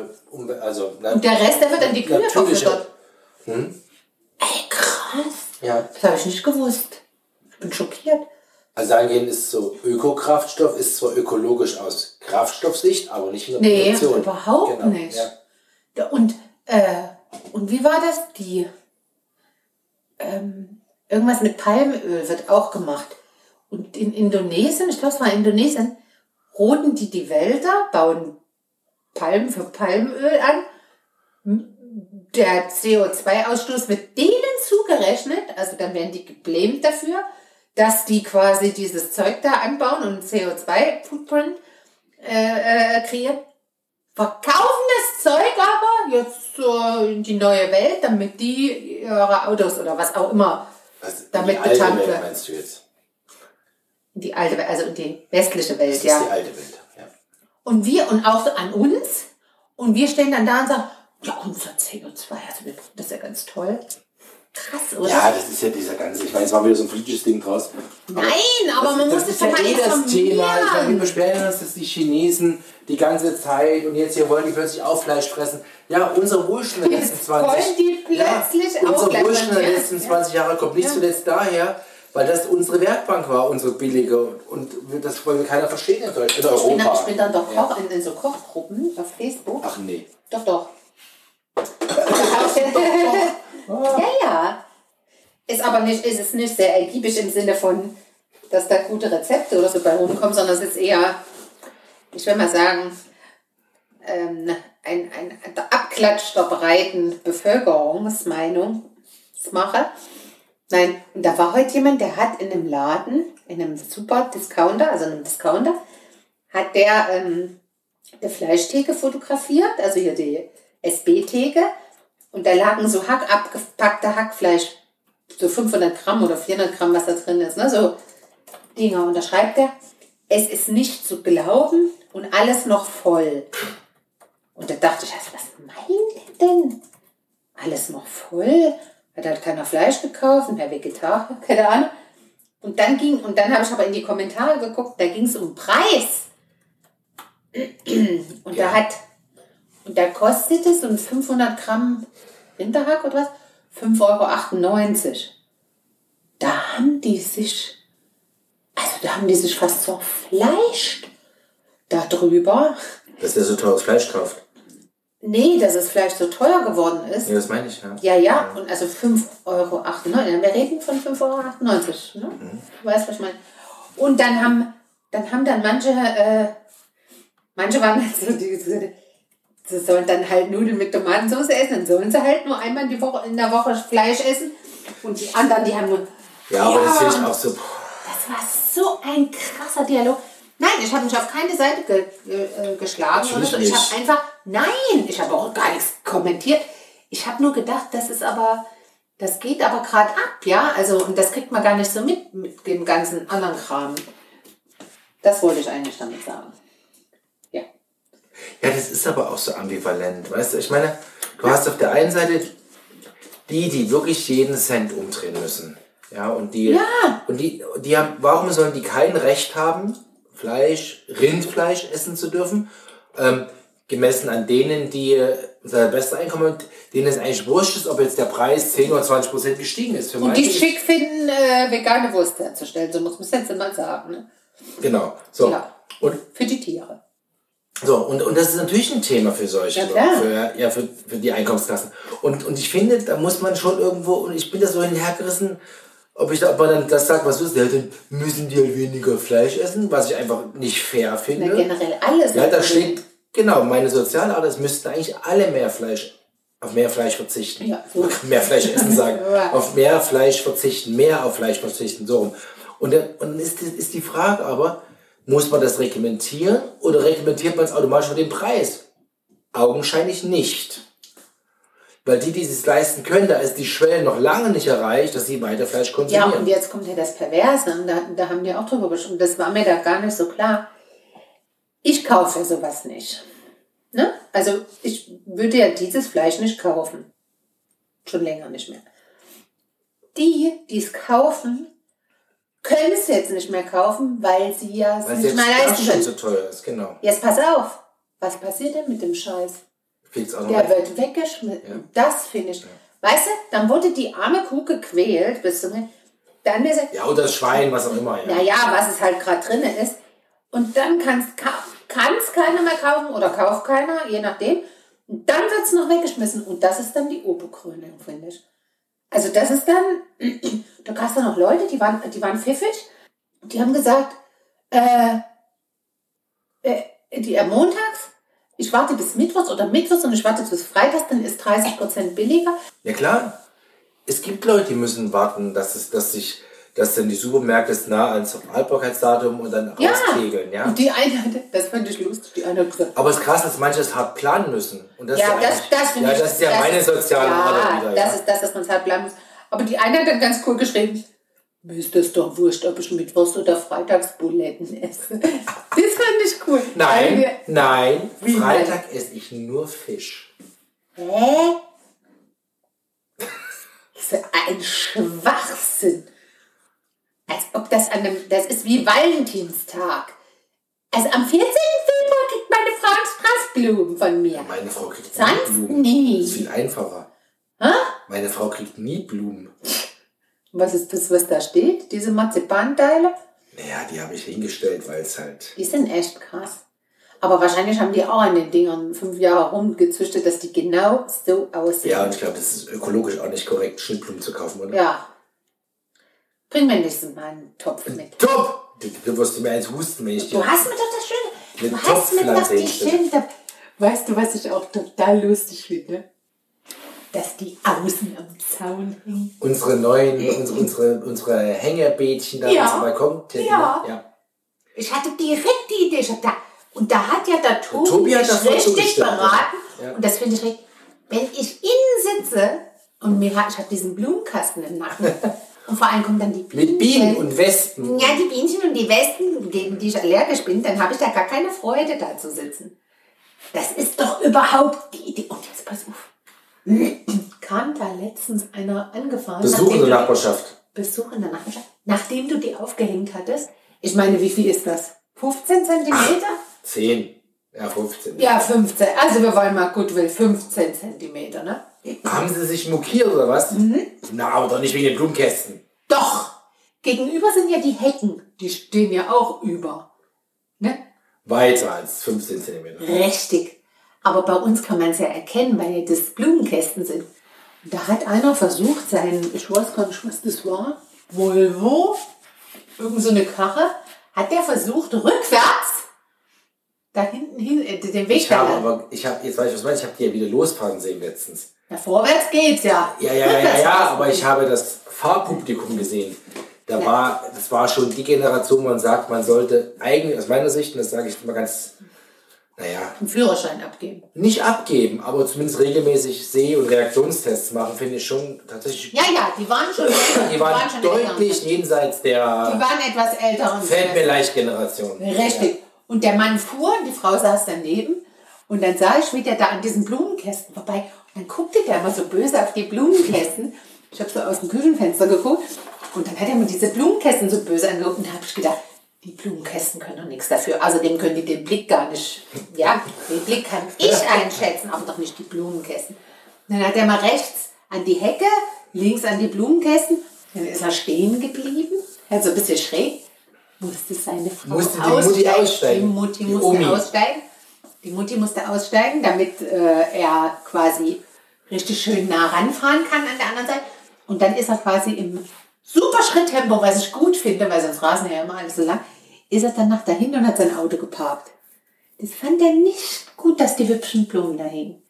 S1: äh, um, also, na,
S2: Und der Rest, der wird an die Kühe
S1: Natürlich, Hm? ja.
S2: verfüttert. Ey, krass.
S1: ja.
S2: Das habe ich nicht gewusst. Ich bin schockiert.
S1: Also dahingehend ist so, Ökokraftstoff ist zwar ökologisch aus Kraftstoffsicht, aber nicht in der
S2: Nee,
S1: Produktion.
S2: überhaupt
S1: um Genau,
S2: nicht.
S1: Ja.
S2: Da- Und, äh, und wie war das? Die. Ähm, irgendwas mit Palmöl wird auch gemacht. Und in Indonesien, ich glaube, es war Indonesien, roden die die Wälder, bauen Palmen für Palmöl an. Der CO2-Ausstoß wird denen zugerechnet, also dann werden die geblämt dafür, dass die quasi dieses Zeug da anbauen und CO2-Footprint äh, äh, kreieren. Verkaufen das Zeug aber jetzt äh, in die neue Welt, damit die ihre Autos oder was auch immer
S1: Also, die
S2: Damit
S1: alte
S2: betankt
S1: Welt
S2: wird.
S1: meinst du jetzt?
S2: in die alte Welt, also in die westliche Welt,
S1: Das
S2: ja.
S1: ist die alte Welt. Ja.
S2: Und wir, und auch so an uns, und wir stehen dann da und sagen, ja, unser CO2, also wir, das ist ja ganz toll. Krass, oder?
S1: Ja, das ist ja dieser ganze, ich meine, es war wieder so ein politisches Ding draus.
S2: Nein, aber man muss
S1: das
S2: es
S1: ist ja eh das Thema. Ich meine, wir beschweren uns, dass die Chinesen die ganze Zeit und jetzt hier wollen die plötzlich auch Fleisch fressen. Ja, unser Wohlstand der
S2: Jetzt
S1: letzten 20
S2: wollen die plötzlich
S1: ja,
S2: auch
S1: Unser
S2: Fleisch
S1: Wohlstand der
S2: fressen, ja.
S1: letzten 20 Jahre kommt nicht
S2: Ja.
S1: zuletzt daher, weil das unsere Werkbank war, unsere billige. Und das wollen keiner verstehen in Deutschland, in
S2: Ich bin, dann,
S1: Europa.
S2: ich bin dann doch Koch in, in so Kochgruppen auf Facebook.
S1: Ach nee.
S2: Doch, doch. ja, ja. Ist aber nicht, ist es nicht sehr ergiebig im Sinne von, dass da gute Rezepte oder so bei rumkommen, sondern es ist eher, ich will mal sagen, ähm, ein, ein Abklatsch der breiten Bevölkerungsmeinung das mache. Nein, und da war heute jemand, der hat in einem Laden, in einem super Discounter, also in einem Discounter, hat der ähm, eine Fleischtheke fotografiert, also hier die SB-Theke. Und da lagen so Hack, abgepackte Hackfleisch, so 500 Gramm oder 400 Gramm, was da drin ist, ne? so Dinger. Und da schreibt er, es ist nicht zu glauben und alles noch voll. Und da dachte ich, erst, was meint er denn? Alles noch voll? Hat halt keiner Fleisch gekauft, mehr Vegetarier, keine Ahnung. Und dann ging, und dann habe ich aber in die Kommentare geguckt, da ging es um Preis. Und da hat, und da kostet es so ein 500 Gramm Winterhack oder was, 5,98 Euro. Da haben die sich, also da haben die sich fast verfleischt. Da drüber.
S1: Dass der so teures Fleisch kauft.
S2: Nee, dass das Fleisch so teuer geworden ist.
S1: Ja, das meine ich, ja.
S2: Ja, ja, und also 5,98 Euro. ne? Wir reden von 5,98 Euro. Ne? Du weißt, was ich meine. Und dann haben dann, haben dann manche, äh, manche waren halt so, die, die, sie sollen dann halt Nudeln mit Tomatensauce essen, dann sollen sie halt nur einmal die Woche, in der Woche Fleisch essen. Und die anderen, die haben nur.
S1: Ja, aber das
S2: Ja.
S1: finde ich auch so.
S2: Das war so ein krasser Dialog. Nein, ich habe mich auf keine Seite ge ge äh, geschlagen oder
S1: Natürlich
S2: so. Ich
S1: nicht.
S2: habe einfach, nein, ich habe auch gar nichts kommentiert. Ich habe nur gedacht, das ist aber, das geht aber gerade ab, ja. Also und das kriegt man gar nicht so mit mit dem ganzen anderen Kram. Das wollte ich eigentlich damit sagen. Ja.
S1: Ja, das ist aber auch so ambivalent, weißt du? Ich meine, du hast auf der einen Seite die, die wirklich jeden Cent umdrehen müssen. Ja, und die,
S2: Ja.
S1: und die, die haben, warum sollen die kein Recht haben, Fleisch, Rindfleisch essen zu dürfen? Ähm, gemessen an denen, die äh, unser bestes Einkommen, denen es eigentlich wurscht ist, ob jetzt der Preis 10 oder 20 Prozent gestiegen ist. Für
S2: Und die
S1: manche ist-
S2: schick finden, äh, vegane Wurst herzustellen. So muss man es jetzt immer sagen. Ne?
S1: Genau. So.
S2: Ja.
S1: Und
S2: Für die Tiere.
S1: So, und, und das ist natürlich ein Thema für solche,
S2: Ja, klar.
S1: Für, ja, für, für die Einkommensklassen. Und, und ich finde, da muss man schon irgendwo, und ich bin da so hinhergerissen, ob ich da, ob man dann das sagt, was ist, ja, dann müssen die halt weniger Fleisch essen, was ich einfach nicht fair
S2: Na,
S1: finde.
S2: generell alles.
S1: Ne? ja, da steht, genau, meine Sozialart, es müssten eigentlich alle mehr Fleisch, auf mehr Fleisch verzichten.
S2: Ja, so.
S1: Mehr Fleisch essen sagen.
S2: Ja.
S1: auf mehr Fleisch verzichten, mehr auf Fleisch verzichten, so rum. Und dann und dann ist, die- ist die Frage aber, muss man das reglementieren oder reglementiert man es automatisch mit dem Preis? Augenscheinlich nicht. Weil die, die es leisten können, da ist die Schwelle noch lange nicht erreicht, dass sie weiter Fleisch
S2: Ja,
S1: konsumieren.
S2: und jetzt kommt ja das Perverse. Und da, da haben wir auch drüber gesprochen. Das war mir da gar nicht so klar. Ich kaufe sowas nicht. Ne? Also ich würde ja dieses Fleisch nicht kaufen. Schon länger nicht mehr. Die, die es kaufen, können es jetzt nicht mehr kaufen, weil sie ja es
S1: Weil
S2: nicht
S1: selbst
S2: mehr
S1: das
S2: leisten
S1: schon
S2: können.
S1: zu teuer ist, genau.
S2: Jetzt pass auf. Was passiert denn mit dem Scheiß?
S1: Fliegt's auch noch weg.
S2: Der wird weggeschmissen. Das finde ich. Weißt du, dann wurde die arme Kuh gequält bis zum Hin- Dann ist er,
S1: Ja, oder das Schwein, was auch immer. Ja.
S2: naja, was es halt gerade drin ist. Und dann kann es keiner mehr kaufen oder kauft keiner, je nachdem. Und dann wird es noch weggeschmissen. Und das ist dann die Obekrönung, finde ich. Also das ist dann, da gab es dann noch Leute, die waren, die waren pfiffig. Die haben gesagt, äh, äh, die äh, montags, ich warte bis Mittwochs oder Mittwochs und ich warte bis Freitags, dann ist 30% billiger.
S1: Ja klar, es gibt Leute, die müssen warten, dass es, dass sich, dass dann die Supermärkte es nah ans Haltbarkeitsdatum und dann
S2: Ja.
S1: rauskegeln, ja.
S2: Und die eine hatte, das fand ich lustig, die eine hat gesagt,
S1: Aber es ist krass, dass manche es hart planen müssen. Und das
S2: ja,
S1: ist
S2: das,
S1: eigentlich-
S2: das finde
S1: ja,
S2: ich.
S1: das ist ja meine soziale
S2: ja,
S1: Rolle wieder.
S2: Das
S1: ja.
S2: ist das, dass man es halt bleiben muss. Aber die eine hat dann ganz cool geschrieben, mir ist das doch wurscht, ob ich Mittwochs oder Freitags Buletten esse. das fand ich cool.
S1: nein,
S2: Weil
S1: nein,
S2: Wie
S1: Freitag esse ich nur Fisch.
S2: wir- Hä? Das ist ein Schwachsinn. Als ob das an einem, das ist wie Valentinstag. Also am 14. Februar kriegt meine Frau einen Straßblumen von mir.
S1: Meine Frau kriegt
S2: Sonst
S1: nie Blumen.
S2: nie.
S1: Das ist viel einfacher. Meine Frau kriegt nie Blumen.
S2: Was ist das, was da steht? Diese Marzipanteile?
S1: Naja, die habe ich hingestellt, weil es halt.
S2: Die sind echt krass. Aber wahrscheinlich haben die auch an den Dingern fünf Jahre rumgezüchtet, dass die genau so aussehen.
S1: Ja, und ich glaube, das ist ökologisch auch nicht korrekt, Schnittblumen zu kaufen, oder?
S2: Ja. Bring mir nächstes Mal einen Topf mit.
S1: Top! Du, du wirst mir eins husten, wenn ich dir.
S2: Du hast mir doch das Schöne.
S1: Eine
S2: Du hast mir doch
S1: Topfpflanze
S2: die
S1: hinstellen.
S2: Schöne. Weißt du, was ich auch total lustig finde? Dass die außen am Zaun hängen.
S1: unsere neuen, unsere, unsere, unsere Hängebeetchen da
S2: Ja.
S1: auf dem Balkon. Tippen.
S2: Ja.
S1: ja.
S2: Ich hatte direkt die Idee. Ich hab da, und da hat ja der Tobi,
S1: Tobi hat
S2: mich
S1: das voll
S2: richtig
S1: zugestimmt,
S2: beraten.
S1: ja. Ja.
S2: Und das finde ich richtig. Wenn ich innen sitze und mir, ich habe diesen Blumenkasten im Nacken und vor allem kommen dann die Bienen.
S1: Mit Bienen und Wespen.
S2: Ja, die Bienchen und die Wespen, gegen die ich allergisch bin, dann habe ich da gar keine Freude, da zu sitzen. Das ist doch überhaupt die Idee. Und jetzt pass auf. Kam da letztens einer angefahren. nachdem
S1: Besuchende
S2: du-
S1: Nachbarschaft.
S2: Besuch in der Nachbarschaft, nachdem du die aufgehängt hattest. Ich meine, wie viel ist das? 15 Zentimeter?
S1: 10. Ja, 15.
S2: Ja, 15. Also wir wollen mal gut will, 15 Zentimeter, ne?
S1: Haben sie sich mokiert oder was?
S2: Mhm.
S1: Na, aber doch nicht wegen den Blumenkästen.
S2: Doch! Gegenüber sind ja die Hecken. Die stehen ja auch über. Ne?
S1: Weiter als 15 cm.
S2: Richtig. Aber bei uns kann man es ja erkennen, weil ja das Blumenkästen sind. Und da hat einer versucht, sein, ich weiß gar nicht, was das war, Volvo, irgend so eine Karre, hat der versucht, rückwärts da hinten hin, äh, den Weg
S1: Ich habe
S2: da lang.
S1: aber, ich habe, jetzt weiß ich was du meinst, ich habe die ja wieder losfahren sehen letztens.
S2: Na, vorwärts geht's ja.
S1: Ja, ja, ja, ja,
S2: Rückwärts
S1: ja,
S2: geht's.
S1: aber ich habe das Fahrpublikum gesehen. Da
S2: Ja.
S1: war, das war schon die Generation, man sagt, man sollte eigentlich, aus meiner Sicht, und das sage ich immer ganz, naja,
S2: Einen Führerschein abgeben.
S1: nicht abgeben, aber zumindest regelmäßig Seh- und Reaktionstests machen, finde ich schon tatsächlich.
S2: Ja, ja, die waren schon,
S1: Die waren
S2: schon
S1: deutlich
S2: älter.
S1: jenseits
S2: Die
S1: der
S2: waren etwas älter. und
S1: fällt mir leicht Generation.
S2: Richtig. Und der Mann fuhr und die Frau saß daneben. Und dann sah ich, wie der da an diesen Blumenkästen vorbei. Und dann guckte der immer so böse auf die Blumenkästen. Ich habe so aus dem Küchenfenster geguckt. Und dann hat er mir diese Blumenkästen so böse angeguckt. Und da habe ich gedacht, die Blumenkästen können doch nichts dafür. Außerdem können die den Blick gar nicht. Ja, den Blick kann ich einschätzen, aber doch nicht die Blumenkästen. Und dann hat er mal rechts an die Hecke, links an die Blumenkästen. Dann ist er stehen geblieben. Er hat so ein bisschen schräg. Musste seine Frau
S1: Musste die Mutti aussteigen.
S2: Die Mutti
S1: Die
S2: musste
S1: Omi.
S2: aussteigen. Die Mutti musste aussteigen, damit äh, er quasi richtig schön nah ranfahren kann an der anderen Seite. Und dann ist er quasi im super Schritttempo, was ich gut finde, weil sonst rasen ja immer alles so lang, ist er dann nach dahin und hat sein Auto geparkt. Das fand er nicht gut, dass die hübschen Blumen da hingen.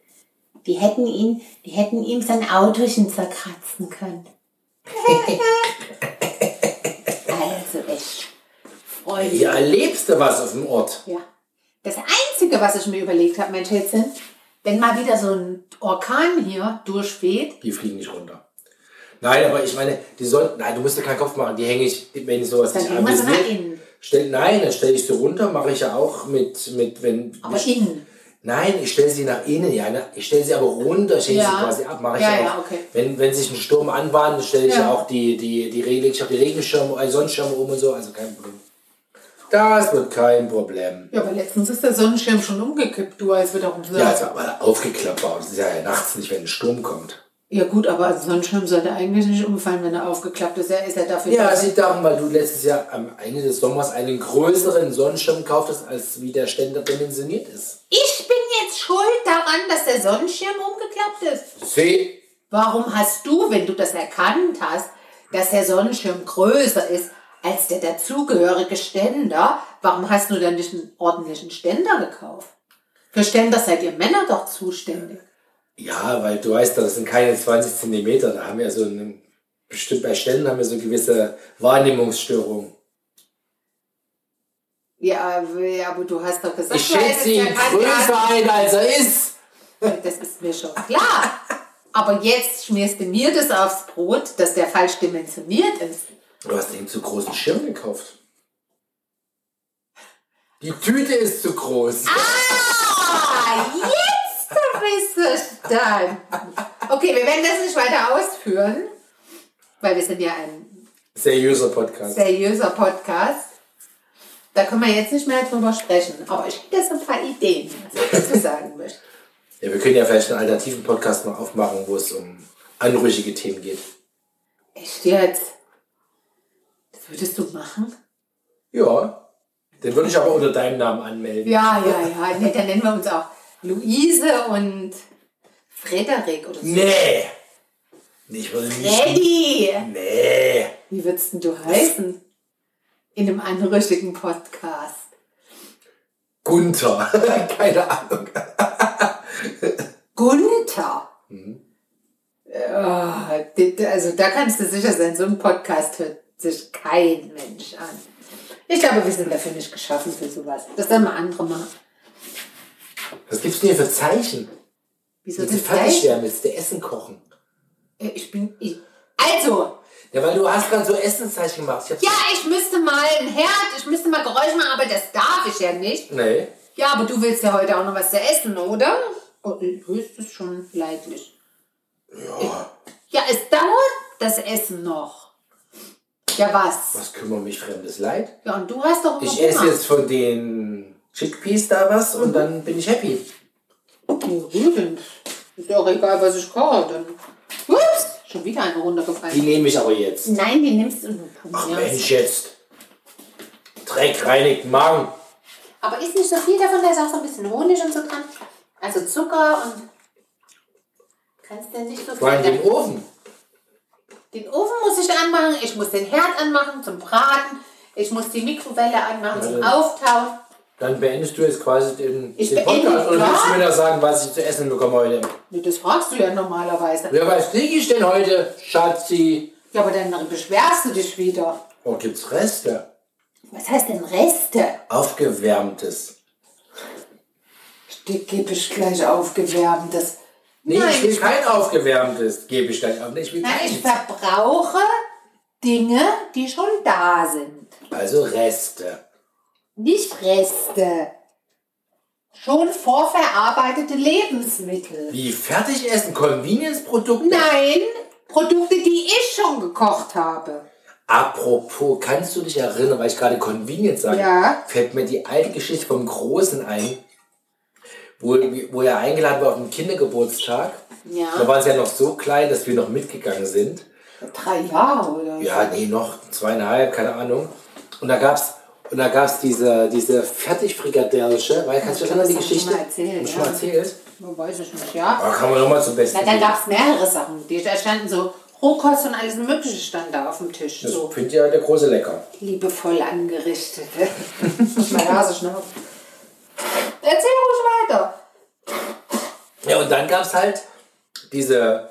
S2: Die hätten ihn, die hätten ihm sein Autochen zerkratzen können. also echt. Freunde.
S1: Hier erlebst du was auf dem Ort.
S2: Ja. Das Einzige, was ich mir überlegt habe, mein Schätzchen, wenn mal wieder so ein Orkan hier durchweht,
S1: Die fliegen nicht runter. Nein, aber ich meine, die sollten. Nein, du musst dir keinen Kopf machen, die hänge ich, wenn ich sowas
S2: Dann
S1: nicht
S2: hängen wir sie
S1: anvisiere.
S2: mal innen.
S1: Stell, nein, dann stelle ich sie runter, mache ich ja auch mit, mit wenn.
S2: aber
S1: ich,
S2: innen.
S1: Nein, ich stelle sie nach innen, ja. ne? Ich stelle sie aber runter, ich hänge
S2: Ja.
S1: sie quasi ab, mache ich
S2: Ja,
S1: ja, auch.
S2: ja, okay.
S1: wenn, wenn sich ein Sturm anbahnt, dann stelle ich ja.
S2: Ja.
S1: auch die, die, die Regel, ich habe die Regenschirme, äh, Sonnenschirme um und so, also kein Problem. Das wird kein Problem.
S2: Ja, aber letztens ist der Sonnenschirm schon umgekippt, du als wiederum so.
S1: Ja,
S2: Ja,
S1: also aber aufgeklappt war. Das ist ja nachts nicht, wenn ein Sturm kommt.
S2: gut, aber Sonnenschirm sollte eigentlich nicht umfallen, wenn er aufgeklappt ist. Er ist ja dafür
S1: Ja,
S2: da.
S1: es liegt daran, weil du letztes Jahr am Ende des Sommers einen größeren Sonnenschirm kauftest, als wie der Ständer dimensioniert ist.
S2: Ich bin jetzt schuld daran, dass der Sonnenschirm umgeklappt ist.
S1: See,
S2: Warum hast du, wenn du das erkannt hast, dass der Sonnenschirm größer ist als der dazugehörige Ständer, warum hast du dann nicht einen ordentlichen Ständer gekauft? Für Ständer seid ihr Männer doch zuständig.
S1: Ja, weil du weißt, das sind keine 20 Zentimeter. Da haben wir so einen, bestimmt bei Ständen haben wir so gewisse Wahrnehmungsstörungen.
S2: Ja, w- aber du hast doch gesagt,
S1: Ich
S2: du hättest
S1: schätze ihn
S2: ja keinen
S1: größer ein, als er ist.
S2: Plan. Das ist mir schon klar. Aber jetzt schmierst du mir das aufs Brot, dass der falsch dimensioniert ist.
S1: Du hast den zu großen Schirm gekauft. Die Tüte ist zu groß.
S2: Ah, jetzt bist du dann. Okay, wir werden das nicht weiter ausführen, weil wir sind ja ein
S1: Seriöser
S2: Ah.
S1: Podcast.
S2: seriöser Podcast. Da können wir jetzt nicht mehr drüber sprechen. Aber ich hätte so ein paar Ideen, was ich dazu sagen möchte.
S1: Ja, wir können ja vielleicht einen alternativen Podcast mal aufmachen, wo es um anrüchige Themen geht.
S2: Echt jetzt? Das würdest du machen?
S1: Ja. Den würde ich aber unter deinem Namen anmelden.
S2: Ja, ja, ja. Nee, dann nennen wir uns auch Luise und Frederik oder so.
S1: Nee. Nee, ich würde nicht.
S2: Freddy!
S1: Nee.
S2: Wie würdest denn du heißen? In einem anrüchigen Podcast.
S1: Gunther. Keine Ahnung.
S2: Gunther. Ah, d- d- also da kannst du sicher sein, so ein Podcast hört sich kein Mensch an. Ich glaube, wir sind dafür nicht geschaffen für sowas. Das sollen wir andere machen.
S1: Was gibt's denn hier für Zeichen?
S2: Wieso
S1: Willst du
S2: das
S1: fertig
S2: gleich?
S1: werden? Willst du Essen kochen?
S2: Äh, Ich bin. Ich, also,
S1: Ja, weil du hast gerade so Essenszeichen gemacht. Ich hab,
S2: ja, ich müsste mal ein Herd, ich müsste mal Geräusche machen, aber das darf ich ja nicht.
S1: Nee.
S2: Ja, aber du willst ja heute auch noch was zu essen, oder? Oh, ist es schon leidlich. Ja. Ja, es dauert das Essen noch. Ja, was?
S1: Was kümmert mich fremdes Leid?
S2: Ja, und du hast doch immer
S1: Ich
S2: Hunger.
S1: esse jetzt von den Chickpeas da was und dann bin ich happy.
S2: Die Rüben. Ist ja auch egal, was ich koche. Dann. Ups, schon wieder eine
S1: Die
S2: runtergefallen.
S1: nehme ich aber jetzt.
S2: Nein, die nimmst du nur.
S1: Ach
S2: Ja.
S1: Mensch, jetzt. Dreck reinigt Magen.
S2: Aber ist nicht so viel davon, da ist auch so ein bisschen Honig und so dran. Also Zucker und. Kannst du nicht so
S1: Vor allem
S2: viel.
S1: im Ofen.
S2: Den Ofen muss ich anmachen, ich muss den Herd anmachen zum Braten, ich muss die Mikrowelle anmachen zum Auftauen.
S1: Dann beendest du jetzt quasi den,
S2: Ich
S1: den
S2: beende-
S1: Podcast oder
S2: Ja.
S1: willst du mir da sagen, was ich zu essen bekomme heute?
S2: Nee, das fragst du ja normalerweise.
S1: Ja, was kriege ich denn heute, Schatzi?
S2: Ja, aber dann beschwerst du dich wieder.
S1: Oh, gibt's Reste?
S2: Was heißt denn Reste?
S1: Aufgewärmtes.
S2: Die gebe ich gleich aufgewärmt. Das
S1: Nee,
S2: Nein,
S1: ich will kein aufgewärmtes, gebe ich gleich auf. Nee, Ich will
S2: Nein, ich
S1: kein.
S2: verbrauche Dinge, die schon da sind.
S1: Also Reste.
S2: Nicht Reste. Schon vorverarbeitete Lebensmittel.
S1: Wie fertig essen? Convenience-Produkte?
S2: Nein, Produkte, die ich schon gekocht habe.
S1: Apropos, kannst du dich erinnern, weil ich gerade Convenience sage,
S2: Ja.
S1: fällt mir die alte Geschichte vom Großen ein, wo, wo er eingeladen war auf den Kindergeburtstag.
S2: Ja.
S1: Da waren sie ja noch so klein, dass wir noch mitgegangen sind.
S2: Drei Jahre oder?
S1: Ja, nee, noch zweieinhalb, keine Ahnung. Und da gab's und da gab's diese, diese Fertigfrikadellische, weil kannst du
S2: Ich
S1: dich erinnern, die
S2: glaub, das hast du
S1: Geschichte?
S2: mal erzählt,
S1: Hab ich
S2: ja.
S1: mal erzählt.
S2: So weiß ich nicht, ja.
S1: Da kann man nochmal zum Besten
S2: Na, da
S1: geben.
S2: gab es mehrere Sachen. Die da standen so Rohkost und alles Mögliche stand da auf dem Tisch.
S1: Das
S2: So
S1: finde ja der große Lecker.
S2: liebevoll angerichtet. Muss mein Hase schnaufen. Erzähl ruhig weiter.
S1: Ja, und dann gab's halt diese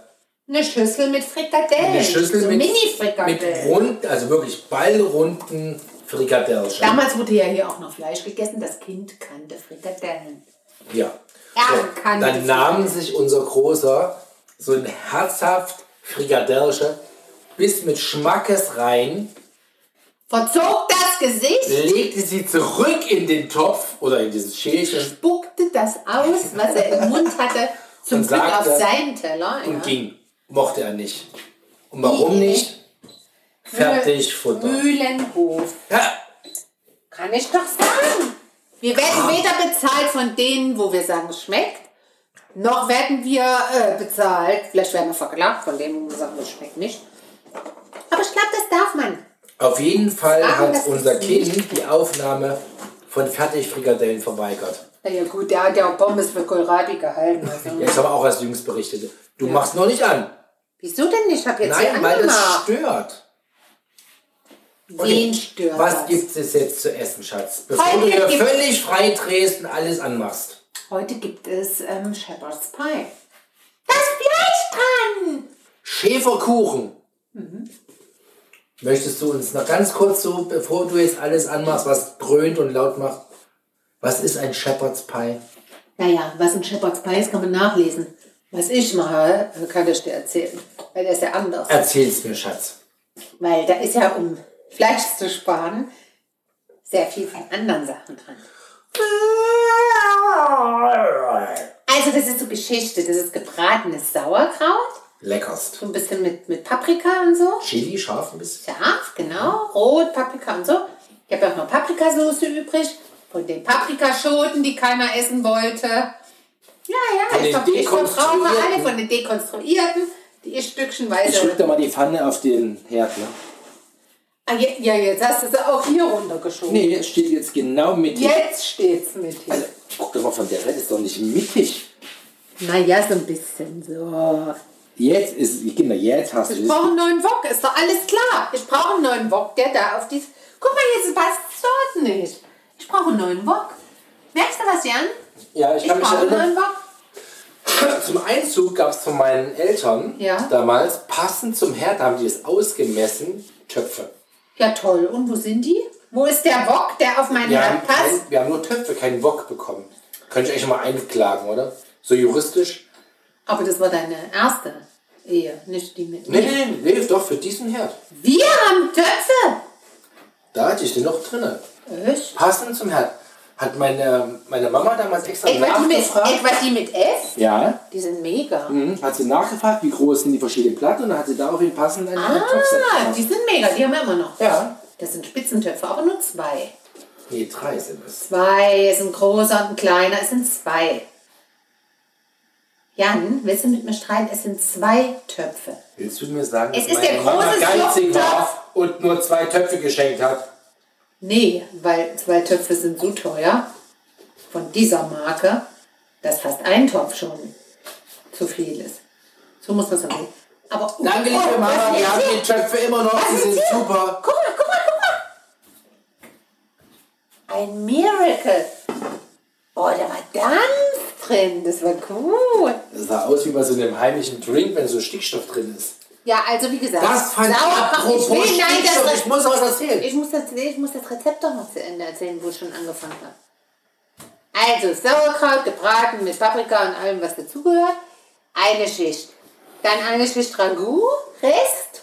S2: Eine Schüssel mit Frikadellen.
S1: Eine Schüssel
S2: so
S1: mit, mit
S2: Mini-Frikadellen.
S1: rund, also wirklich ballrunden Frikadellchen.
S2: Damals wurde ja hier auch noch Fleisch gegessen. Das Kind kannte Frikadellen.
S1: Ja.
S2: Ja, kann
S1: dann
S2: ich.
S1: nahm sich unser Großer so ein herzhaft Frikadellchen bis mit Schmackes rein,
S2: Verzog das Gesicht,
S1: legte sie zurück in den Topf oder in dieses Schälchen
S2: spuckte das aus, was er im Mund hatte, zum
S1: Und
S2: Glück auf
S1: sagte-
S2: seinen Teller. Ja.
S1: und ging. Mochte er nicht. Und warum nicht? Fertig Futter.
S2: Mühlenhof.
S1: Ja,
S2: Kann ich doch sagen. Wir
S1: Ah.
S2: werden weder bezahlt von denen, wo wir sagen, es schmeckt, noch werden wir äh, bezahlt. Vielleicht werden wir verklagt von denen, wo wir sagen, es schmeckt nicht. Aber ich glaube, das darf man.
S1: auf jeden Fall
S2: Sagen,
S1: hat
S2: das
S1: unser
S2: ist
S1: Kind die Aufnahme von Fertigfrikadellen verweigert.
S2: Na ja gut, der hat ja auch Pommes für Kohlrabi gehalten. Also.
S1: Ja, das haben wir auch als jüngst berichtet. Du machst noch nicht an.
S2: Wieso denn nicht? Ich habe jetzt
S1: Nein,
S2: hier
S1: weil das
S2: angemacht.
S1: stört.
S2: Wen stört
S1: Was
S2: das?
S1: gibt es jetzt zu essen, Schatz? Bevor
S2: Heute
S1: du hier
S2: gibt's-
S1: völlig frei drehst und alles anmachst.
S2: Heute gibt es ähm, Shepherd's Pie. Das Fleisch dran!
S1: Schäferkuchen. Möchtest du uns noch ganz kurz so, bevor du jetzt alles anmachst, was dröhnt und laut macht, was ist ein Shepherd's Pie?
S2: Naja, was ein Shepherd's Pie ist, kann man nachlesen. Was ich mache, kann ich dir erzählen. Weil der ist ja anders.
S1: Erzähl's mir, Schatz.
S2: Weil da ist ja, um Fleisch zu sparen, sehr viel von anderen Sachen dran. Also das ist so Geschichte. Das ist gebratenes Sauerkraut.
S1: Leckerst.
S2: So ein bisschen mit, mit Paprika und so.
S1: Chili, scharf ein bisschen.
S2: Scharf, genau. Rot, Paprika und so. Ich habe ja auch noch Paprikasauce übrig. Von den Paprikaschoten, die keiner essen wollte. Ja, ja,
S1: Von den
S2: ich, ver- ich verbrauche
S1: dekonstruierten.
S2: alle von den dekonstruierten, die ich
S1: Ich
S2: stückchenweise.
S1: drück da mal die Pfanne auf den Herd, ne?
S2: Ah, ja, ja, jetzt hast du sie auch hier runtergeschoben.
S1: Nee, es steht jetzt genau mittig.
S2: Jetzt steht's mit hier.
S1: Also, guck doch mal von der Seite, ist doch nicht mittig.
S2: Naja, so ein bisschen so.
S1: Jetzt ist, Kinder, jetzt hast
S2: Ich
S1: du es.
S2: brauche einen neuen Wok, ist doch alles klar. Ich brauche einen neuen Wok, der da auf die. Guck mal, jetzt passt es dort nicht. Ich brauche einen neuen Wok. Merkst du was, Jan?
S1: Ja, ich
S2: Ich
S1: kann mich
S2: brauche einen
S1: erinnern,
S2: neuen Wok.
S1: Äh, zum Einzug gab es von meinen Eltern
S2: Ja.
S1: damals, passend zum Herd, haben die es ausgemessen, Töpfe.
S2: Ja, toll. Und wo sind die? Wo ist der Wok, der auf meinen
S1: Wir,
S2: Hand
S1: haben,
S2: passt?
S1: kein, wir haben nur Töpfe, keinen Wok bekommen. Könnte ich euch mal einklagen, oder? So juristisch.
S2: Aber das war deine erste Ehe, nicht die mit
S1: Nee, nee, nee, nee, doch, für diesen Herd.
S2: Wir haben Töpfe!
S1: Da hatte ich den noch drinne.
S2: Ich?
S1: Passend zum Herd. Hat meine, meine Mama damals extra
S2: Etwa die, mit,
S1: nachgefragt.
S2: etwa die mit F?
S1: Ja.
S2: Die sind mega.
S1: Mhm. Hat sie nachgefragt, wie groß sind die verschiedenen Platten und dann hat sie daraufhin passend einen
S2: Ah,
S1: Topfset
S2: die sind mega, die haben wir immer noch.
S1: Ja.
S2: Das sind Spitzentöpfe, aber nur zwei.
S1: Nee, drei sind es.
S2: Zwei, es ist ein großer und ein kleiner, es sind zwei. Jan, willst du mit mir streiten? Es sind zwei Töpfe.
S1: Willst du mir sagen,
S2: Es
S1: dass
S2: ist der
S1: meine Mama
S2: große
S1: geizig
S2: Flockentopf.
S1: war und nur zwei Töpfe geschenkt hat?
S2: Nee, weil zwei Töpfe sind so teuer von dieser Marke, dass fast ein Topf schon zu viel ist. So muss man es sagen. Aber
S1: Danke, liebe
S2: Oh,
S1: Mama,
S2: was
S1: wir
S2: ist
S1: haben
S2: hier?
S1: die Töpfe immer noch, sie
S2: ist
S1: sind
S2: hier?
S1: super.
S2: Guck mal, guck mal, guck mal. Ein Miracle. Oh, da war Dampf drin. Das war gut.
S1: Das sah aus wie bei so einem heimischen Drink, wenn so Stickstoff drin ist.
S2: Ja, also wie gesagt.
S1: Das fand ich
S2: Sauerkraut.
S1: apropos
S2: Ich will, nein,
S1: Stickstoff,
S2: das
S1: ich muss was erzählen.
S2: Ich muss, das, ich muss das Rezept doch noch zu Ende erzählen, wo ich schon angefangen habe. Also Sauerkraut gebraten mit Paprika und allem, was dazugehört. Eine Schicht. Dann eine Schicht Ragout, Rest,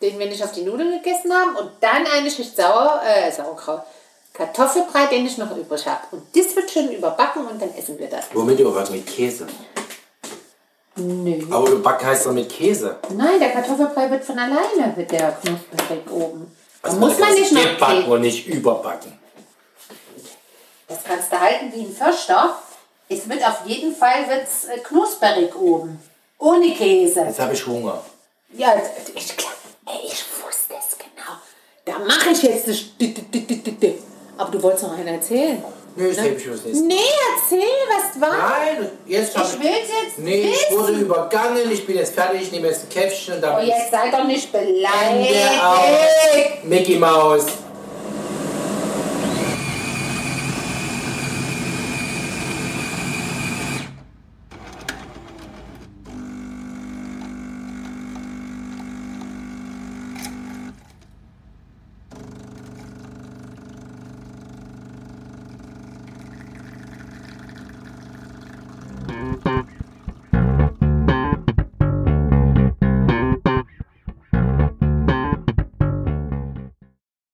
S2: den wir nicht auf die Nudeln gegessen haben. Und dann eine Schicht Sauer, äh, Sauerkraut. Kartoffelbrei, den ich noch übrig habe. Und das wird schön überbacken und dann essen wir das.
S1: Womit überbacken? Mit Käse.
S2: Nö.
S1: Aber überbacken heißt doch mit Käse.
S2: Nein, der Kartoffelbrei wird von alleine, wird der knusprig oben. Da
S1: Also
S2: muss man nicht noch
S1: Gebacken
S2: kriegen.
S1: und nicht überbacken.
S2: Das kannst du halten wie ein Förster. Es wird auf jeden Fall wird's äh, knusperig oben. Ohne Käse.
S1: Jetzt habe ich Hunger.
S2: Ja, ich, ey, ich wusste es genau. Da mache ich jetzt das. St- d- d- d- d- d- Aber du wolltest noch einen erzählen.
S1: Nö,
S2: Ne?
S1: das hebe ich fürs nächste Mal.
S2: Nee, erzähl, was war?
S1: Nein, jetzt habe
S2: ich will's jetzt
S1: Nee, ich
S2: wissen.
S1: wurde übergangen, ich bin jetzt fertig, ich nehme jetzt ein Käffchen und
S2: Oh,
S1: dann
S2: jetzt sei doch nicht
S1: Ende aus.
S2: beleidigt.
S1: Mickey Maus.